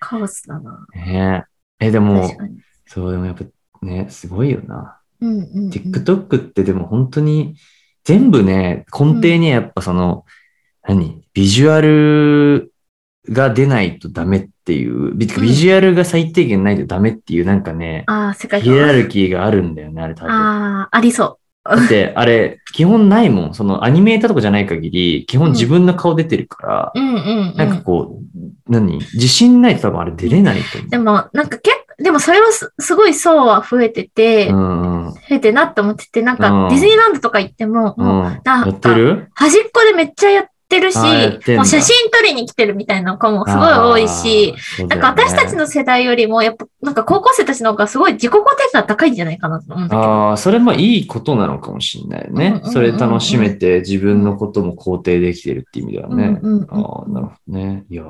Speaker 2: カオスだな。
Speaker 1: ねえ。え、でも
Speaker 2: 確、かに。
Speaker 1: そう、でもやっぱね、すごいよな。
Speaker 2: うんうんうん。
Speaker 1: TikTok ってでも本当に、全部ね、根底にはやっぱその、何ビジュアルが出ないとダメっていう、ビ
Speaker 2: うん
Speaker 1: ビジュアルが最低限ないとダメっていう、なんかね、
Speaker 2: ああ、世界
Speaker 1: ヒエラ
Speaker 2: 観。
Speaker 1: ルキーがあるんだよね、あれ多分。
Speaker 2: ああ、ありそ
Speaker 1: だって、あれ、基本ないもん。そのアニメーターとかじゃない限り、基本自分の顔出てるから、
Speaker 2: う。うんうんうん。
Speaker 1: なんかこう、何自信ないと多分あれ出れないと思う。
Speaker 2: でも、なんか結構、でもそれはすすごい層は増えてて、
Speaker 1: うんうん。
Speaker 2: 増えてなって思ってて、なんか
Speaker 1: うん
Speaker 2: ディズニーランドとか行っても、もう
Speaker 1: うん。
Speaker 2: な
Speaker 1: や
Speaker 2: んか
Speaker 1: ってる
Speaker 2: 端っこでめっちゃやってるし、
Speaker 1: あーやってんだ
Speaker 2: もう写真撮りに来てるみたいな子もすごい多いし、、
Speaker 1: あー
Speaker 2: なんか私たち。の世代よりも、やっぱ、なんか高校生たちの方がすごい自己肯定感高いんじゃないかなと思うんだ
Speaker 1: そうだ
Speaker 2: け
Speaker 1: よ
Speaker 2: ど。
Speaker 1: ねああ、それもいいことなのかもしれない
Speaker 2: うんうん
Speaker 1: ね
Speaker 2: うんう。ん
Speaker 1: それ楽しめて自分のことも肯定できてるって意味では
Speaker 2: うん
Speaker 1: ね。
Speaker 2: うんうん。っ
Speaker 1: ああ、なるほどね。いやー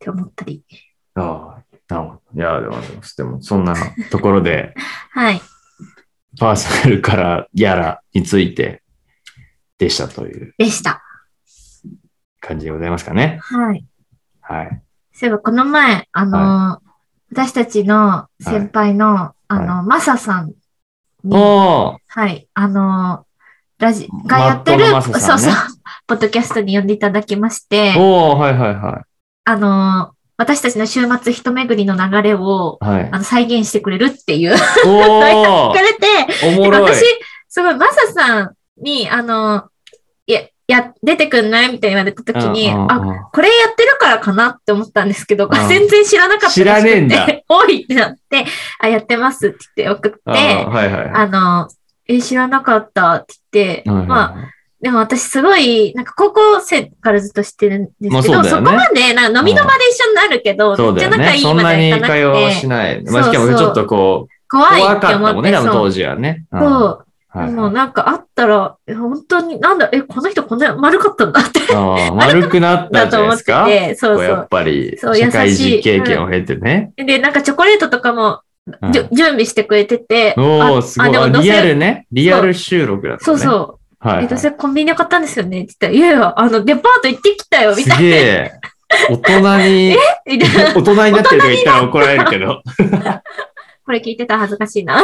Speaker 2: て思ったり。
Speaker 1: ああ、なるほど。いやー、でも、でも、そんなところで、
Speaker 2: はい。
Speaker 1: パーソナルからやらについてでしたという
Speaker 2: でした。
Speaker 1: 感じでございますかね。
Speaker 2: はい。
Speaker 1: はい。
Speaker 2: そういえばこの前、あのー私たちの先輩の、あの、マサさんに、
Speaker 1: おー
Speaker 2: はい、あのーラジ、がや
Speaker 1: マ
Speaker 2: っ
Speaker 1: ッ
Speaker 2: て
Speaker 1: ト
Speaker 2: る、
Speaker 1: のマ
Speaker 2: そ
Speaker 1: サさ
Speaker 2: う
Speaker 1: んね
Speaker 2: そう、ポッドキャストに呼んでいただきまして、
Speaker 1: おーはいはいは
Speaker 2: あのー私たちの週末一巡りの流れを、
Speaker 1: い。はい
Speaker 2: あ。の、再現してくれるっていう、
Speaker 1: お
Speaker 2: 聞かれて、
Speaker 1: ーおもろい
Speaker 2: 私。、すごい、マサさんに、あのーいや、いや、出てくんないみたいに言われた時に、
Speaker 1: うんうんうん
Speaker 2: あ、これやってるからかなって思ったんですけど、
Speaker 1: うん
Speaker 2: 全然知らなかったらしくて
Speaker 1: 知らねえんだ
Speaker 2: おいってなって、あ、やってますって言って送って、
Speaker 1: あー
Speaker 2: あ
Speaker 1: はいはいはい。
Speaker 2: の、え、知らなかったって言って、
Speaker 1: はいはいはい
Speaker 2: まあ、でも私すごい、なんか高校生からずっと知ってるんですけど、
Speaker 1: まあ
Speaker 2: そ
Speaker 1: そうだよ
Speaker 2: こ
Speaker 1: ね
Speaker 2: まで、なんか飲みの場で一緒になるけど、
Speaker 1: そう
Speaker 2: め
Speaker 1: だ
Speaker 2: っち
Speaker 1: よ
Speaker 2: ゃ仲
Speaker 1: ね。
Speaker 2: いい
Speaker 1: そん
Speaker 2: ま
Speaker 1: な
Speaker 2: でい
Speaker 1: に
Speaker 2: かな
Speaker 1: 会話は
Speaker 2: く、
Speaker 1: してない。
Speaker 2: そう
Speaker 1: まあ、
Speaker 2: そ
Speaker 1: し
Speaker 2: う
Speaker 1: かもちょっとこう、
Speaker 2: 怖い
Speaker 1: 怖
Speaker 2: って
Speaker 1: かった
Speaker 2: 思
Speaker 1: も
Speaker 2: っ
Speaker 1: んね、
Speaker 2: て、
Speaker 1: 多分
Speaker 2: そ
Speaker 1: 当
Speaker 2: う。
Speaker 1: 時はね。ん
Speaker 2: そう。
Speaker 1: はい
Speaker 2: もうなんか会ったら、え本当に、なんだ、え、この人こんな丸かったんだ って、
Speaker 1: ああ丸くなった
Speaker 2: だ
Speaker 1: んじゃ
Speaker 2: と
Speaker 1: ない
Speaker 2: 思
Speaker 1: で
Speaker 2: っ
Speaker 1: す
Speaker 2: て
Speaker 1: か
Speaker 2: て、そう
Speaker 1: こう
Speaker 2: そ
Speaker 1: やっぱり、
Speaker 2: そう優しい
Speaker 1: 社会人経験を経てね。
Speaker 2: う。で、なんかチョコレートとかも、
Speaker 1: うん
Speaker 2: じゅ準備してくれてて、
Speaker 1: おお
Speaker 2: あ
Speaker 1: すご
Speaker 2: あ
Speaker 1: い。
Speaker 2: でも
Speaker 1: あ
Speaker 2: どうせ
Speaker 1: リアルね。リアル収録だったね。
Speaker 2: そうそう。
Speaker 1: はい、
Speaker 2: え、どうせコンビニで買ったんですよねって言ったら、いやいや、あの、デパート行ってきたよ、み
Speaker 1: す
Speaker 2: たい
Speaker 1: げえ。大人 に、
Speaker 2: なみたい な。
Speaker 1: 大人になってるとか言ったら怒られるけど。
Speaker 2: これ聞いてたら恥ずかしいな。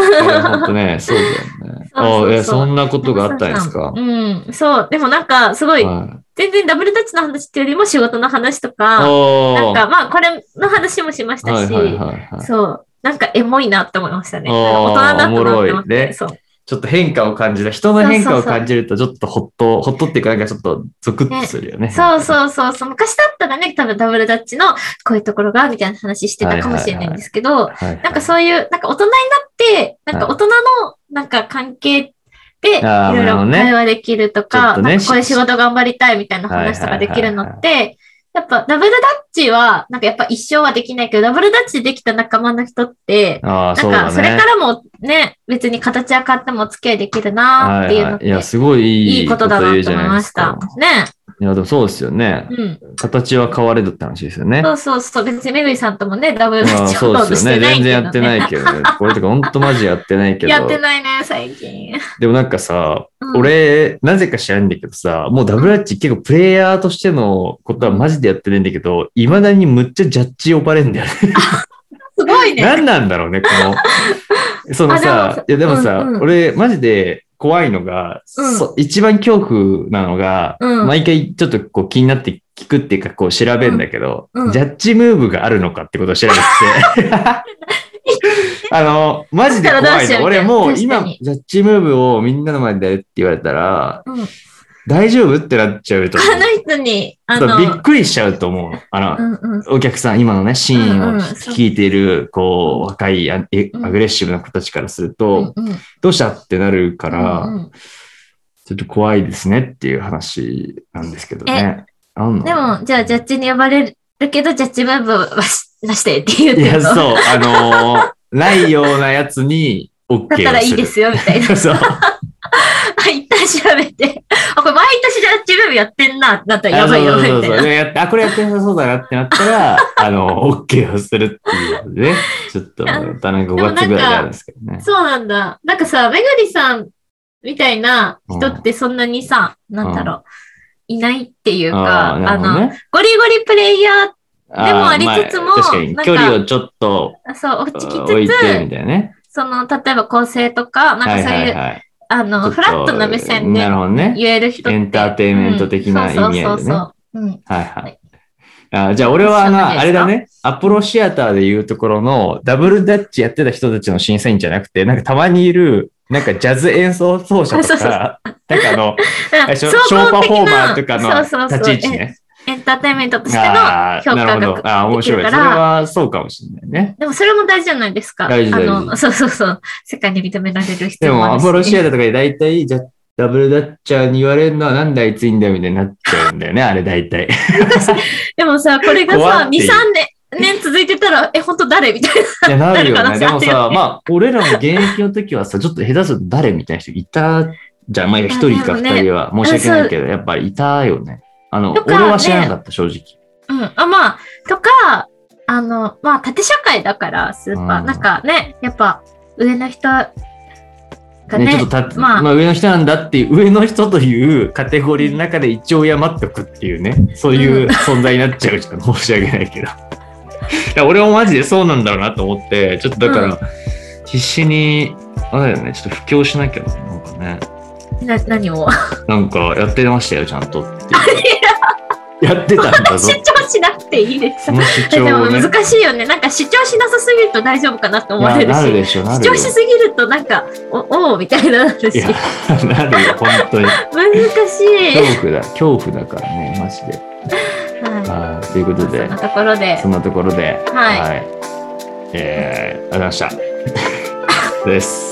Speaker 1: 本当ね、 そうだよね。
Speaker 2: そうそうそう
Speaker 1: あえそんなことがあったんですか。
Speaker 2: うん、そう。でもなんか、すごい、
Speaker 1: はい
Speaker 2: 全然ダブルタッチの話っていうよりも仕事の話とか、な
Speaker 1: お
Speaker 2: ん
Speaker 1: ー
Speaker 2: か、まあ、これの話もしました
Speaker 1: はい
Speaker 2: し、
Speaker 1: はいはいはい。
Speaker 2: そう。なんかエモいなって思いましたね。
Speaker 1: あー
Speaker 2: 大人だったなって思
Speaker 1: おもろ
Speaker 2: っ
Speaker 1: いね
Speaker 2: て。そう。
Speaker 1: ちょっと変化を感じる。人の変化を感じると、ちょっとほっと、ほっとっていうか、なんかちょっとゾクッとするよね。
Speaker 2: そうそうそうそう。昔だったらね、多分ダブルダッチのこういうところが、みたいな話してたかもしれないんですけど、
Speaker 1: はいはい
Speaker 2: なんかそういう、なんか大人になって、なんか大人のなんか関係で、い
Speaker 1: あー
Speaker 2: ろ
Speaker 1: な
Speaker 2: い
Speaker 1: るほど
Speaker 2: ろ
Speaker 1: ね
Speaker 2: 会話できると
Speaker 1: ちょ
Speaker 2: か、
Speaker 1: っとね
Speaker 2: なんかこういう仕事頑張りたいみたいな話とかできるのって、やっぱダブルダッチは、なんかやっぱ一生はできないけど、ダブルダッチでできた仲間の人って、
Speaker 1: ああ、
Speaker 2: な
Speaker 1: そ
Speaker 2: ん
Speaker 1: うだ
Speaker 2: か
Speaker 1: ね。
Speaker 2: それからもね、別に形は変わってもお付き合いできるなーっていうのっ
Speaker 1: いや、
Speaker 2: て、
Speaker 1: すごいい
Speaker 2: いいことだなと
Speaker 1: 言
Speaker 2: 思
Speaker 1: う
Speaker 2: い
Speaker 1: じゃな
Speaker 2: ま
Speaker 1: です
Speaker 2: し
Speaker 1: か
Speaker 2: た。ね。
Speaker 1: いや、でもそうですよね。
Speaker 2: うん。
Speaker 1: 形は変われどって話ですよ ね。
Speaker 2: そうそうそう。別にめぐりさんともね、ダブルダ
Speaker 1: ま
Speaker 2: ッ
Speaker 1: あ
Speaker 2: チ
Speaker 1: そう
Speaker 2: ほとんど
Speaker 1: で
Speaker 2: し
Speaker 1: すよ
Speaker 2: て
Speaker 1: ね。
Speaker 2: ない
Speaker 1: 全然
Speaker 2: けど
Speaker 1: やってないけどね。これとか、ほんとマジやってないけど。
Speaker 2: やってないね、最近。
Speaker 1: でもなんかさ、
Speaker 2: うん
Speaker 1: 俺、なぜか知らんだけどさ、もうダブルダッチ結構プレイヤーとしてのことはマジでやってないんだけど、いまだにむっちゃジャッジ呼ばれんだよね。
Speaker 2: すごいね。
Speaker 1: 何なんだろうね、こ の。そのさ
Speaker 2: あ、
Speaker 1: いやでもさ、
Speaker 2: うんうん
Speaker 1: 俺、マジで怖いのが、
Speaker 2: うん
Speaker 1: そ一番恐怖なのが、
Speaker 2: うん
Speaker 1: 毎回ちょっとこう気になって聞くっていうか、こう調べんだけど、
Speaker 2: うんうん
Speaker 1: ジャッジムーブがあるのかってことを調べ てて。あの、マジで怖
Speaker 2: だったらどう
Speaker 1: い
Speaker 2: しよう
Speaker 1: の。
Speaker 2: み
Speaker 1: 俺
Speaker 2: たいな
Speaker 1: もう
Speaker 2: 確か
Speaker 1: 今
Speaker 2: に、
Speaker 1: ジャッジムーブをみんなの前でやれって言われたら、
Speaker 2: うん
Speaker 1: 大丈夫ってなっちゃうと思
Speaker 2: あの人に、 あ
Speaker 1: う。
Speaker 2: の、
Speaker 1: びっくりしちゃうと思う。あの、
Speaker 2: うんうん。
Speaker 1: お客さん、今のね、シーン
Speaker 2: う
Speaker 1: を
Speaker 2: んうん
Speaker 1: 聞いている、こう、若いあえ
Speaker 2: うん
Speaker 1: アグレッシブな子たちからすると、
Speaker 2: うんうん
Speaker 1: どうしたってなるか
Speaker 2: う
Speaker 1: ら、
Speaker 2: ん
Speaker 1: ちょっと怖いですねっていう話なんですけどね。あん
Speaker 2: うん
Speaker 1: の
Speaker 2: でも、じゃあ、ジャッジに呼ばれるけど、ジャッジムーブはしなしてって言う
Speaker 1: い
Speaker 2: て
Speaker 1: や、
Speaker 2: るの。
Speaker 1: そう、あのーないようなやつに OK をする。
Speaker 2: だったらいいですよ、みたい な。
Speaker 1: そう。
Speaker 2: あ一旦調べて。あ、これ毎年ジャッジムーブやってんな。だった らやばいやばい、
Speaker 1: あそう
Speaker 2: み
Speaker 1: そ
Speaker 2: た
Speaker 1: うそうで
Speaker 2: いな。
Speaker 1: やってあ、これやってなさそうだなってなったら、あの、OK をするっていうのでね。ちょっと、またなんか5月ぐらいからですけどね。
Speaker 2: そうなんだ。なんかさ、めぐりさんみたいな人ってそんなにさ、なんだろう。いないっていうか、
Speaker 1: あーな
Speaker 2: あ
Speaker 1: るほど
Speaker 2: の、
Speaker 1: ね。
Speaker 2: ゴリゴリプレイヤーでもありつつも
Speaker 1: まあ確かに
Speaker 2: なんか
Speaker 1: 距離をちょっと
Speaker 2: そう、落ちき
Speaker 1: 置い
Speaker 2: つ
Speaker 1: てみた
Speaker 2: つ、
Speaker 1: いなね。
Speaker 2: その、例えば構成とか、なんかそう、
Speaker 1: はいいうはいはい、
Speaker 2: あの、
Speaker 1: ち
Speaker 2: フ
Speaker 1: ょっ
Speaker 2: ラ
Speaker 1: と
Speaker 2: ットな目線で
Speaker 1: なるほどね。
Speaker 2: 言える人って。
Speaker 1: エンターテインメント的な意味合いでね
Speaker 2: うんそうそうそうそう。うん。
Speaker 1: はいはい。あじゃあ俺はあの、
Speaker 2: 一緒じゃ
Speaker 1: あ
Speaker 2: ない
Speaker 1: れ
Speaker 2: ですか
Speaker 1: だね。アポロシアターで言うところのダブルダッチやってた人たちの審査員じゃなくて、なんかたまにいる、なんかジャズ演奏奏者と
Speaker 2: そうそう
Speaker 1: か、なんかあの、
Speaker 2: あ
Speaker 1: ショショーパフォーマーとか
Speaker 2: そう
Speaker 1: の
Speaker 2: そう
Speaker 1: 立
Speaker 2: そう
Speaker 1: ち位置ね。
Speaker 2: エンターテインメントとしての
Speaker 1: ああー、
Speaker 2: 評
Speaker 1: な
Speaker 2: 価
Speaker 1: るほど。
Speaker 2: が。
Speaker 1: ああー、面白い。
Speaker 2: でき
Speaker 1: そ
Speaker 2: る
Speaker 1: れ
Speaker 2: から
Speaker 1: はそうかもしれないね。
Speaker 2: でもそれも大事じゃないですか。
Speaker 1: 大事大事
Speaker 2: あの、そうそうそう。世界に認められる必
Speaker 1: で
Speaker 2: 要
Speaker 1: も、
Speaker 2: あ
Speaker 1: ア
Speaker 2: るし
Speaker 1: ポロシアターとかで大体、じゃダブルダッチャーに言われるのはなんであいついいんだよみたいになっちゃうんだよね、あれ大 体。
Speaker 2: でもさ、これが
Speaker 1: 怖
Speaker 2: さ、
Speaker 1: っ
Speaker 2: 2、3
Speaker 1: ていう
Speaker 2: 年、年続いてたら、え、本当誰みたいな。
Speaker 1: いや、なる よね。で
Speaker 2: な
Speaker 1: も
Speaker 2: る可能性ある
Speaker 1: さ
Speaker 2: よ、ね
Speaker 1: まあ、俺らも現役の時はさ、ちょっと下手すると誰みたいな人いたじゃん。まあ、一人か二人は、申し訳ないけど、やっぱりいたよね。あの、
Speaker 2: とか
Speaker 1: 俺
Speaker 2: ね
Speaker 1: は知らなかった、正直。
Speaker 2: うん。あ、まあ、とか、あの、まあ、縦社会だから、スーパー。
Speaker 1: うん
Speaker 2: なんかね、やっぱ、上の人がね、
Speaker 1: ね、ちょっとた、
Speaker 2: ま
Speaker 1: ま
Speaker 2: あ
Speaker 1: あ、上の人なんだっていう、上の人というカテゴリーの中で一応山っておくっていうね、そういう存在になっちゃうじゃん。申し訳ないけど。いや、俺もマジでそうなんだろうなと思って、ちょっとだから、
Speaker 2: う
Speaker 1: 必死に、あれだよね、ちょっと布教しなきゃな、なんかね。
Speaker 2: な何を
Speaker 1: なんかやってましたよ、ちゃんと っていう。やってたんだぞ
Speaker 2: 主。張しなくていいです
Speaker 1: そ。の主
Speaker 2: で
Speaker 1: 張
Speaker 2: も
Speaker 1: をね。
Speaker 2: 難しいよね。なんか主張しなさすぎると大丈夫かなって思わ
Speaker 1: い
Speaker 2: れ
Speaker 1: やな
Speaker 2: る
Speaker 1: る
Speaker 2: し、
Speaker 1: でしょ、な
Speaker 2: 主
Speaker 1: るよ
Speaker 2: 張。しすぎるとなんか、おおうみたいななる
Speaker 1: い
Speaker 2: し、
Speaker 1: や
Speaker 2: 難、
Speaker 1: なるよ、本当に。
Speaker 2: しい。
Speaker 1: 恐怖だ、恐怖だからね、マジで。
Speaker 2: は
Speaker 1: あーというこ
Speaker 2: い。そ
Speaker 1: と
Speaker 2: ん
Speaker 1: で
Speaker 2: な、ところで
Speaker 1: そ、んなところで、
Speaker 2: はい
Speaker 1: いえー、ありがとうございました。です。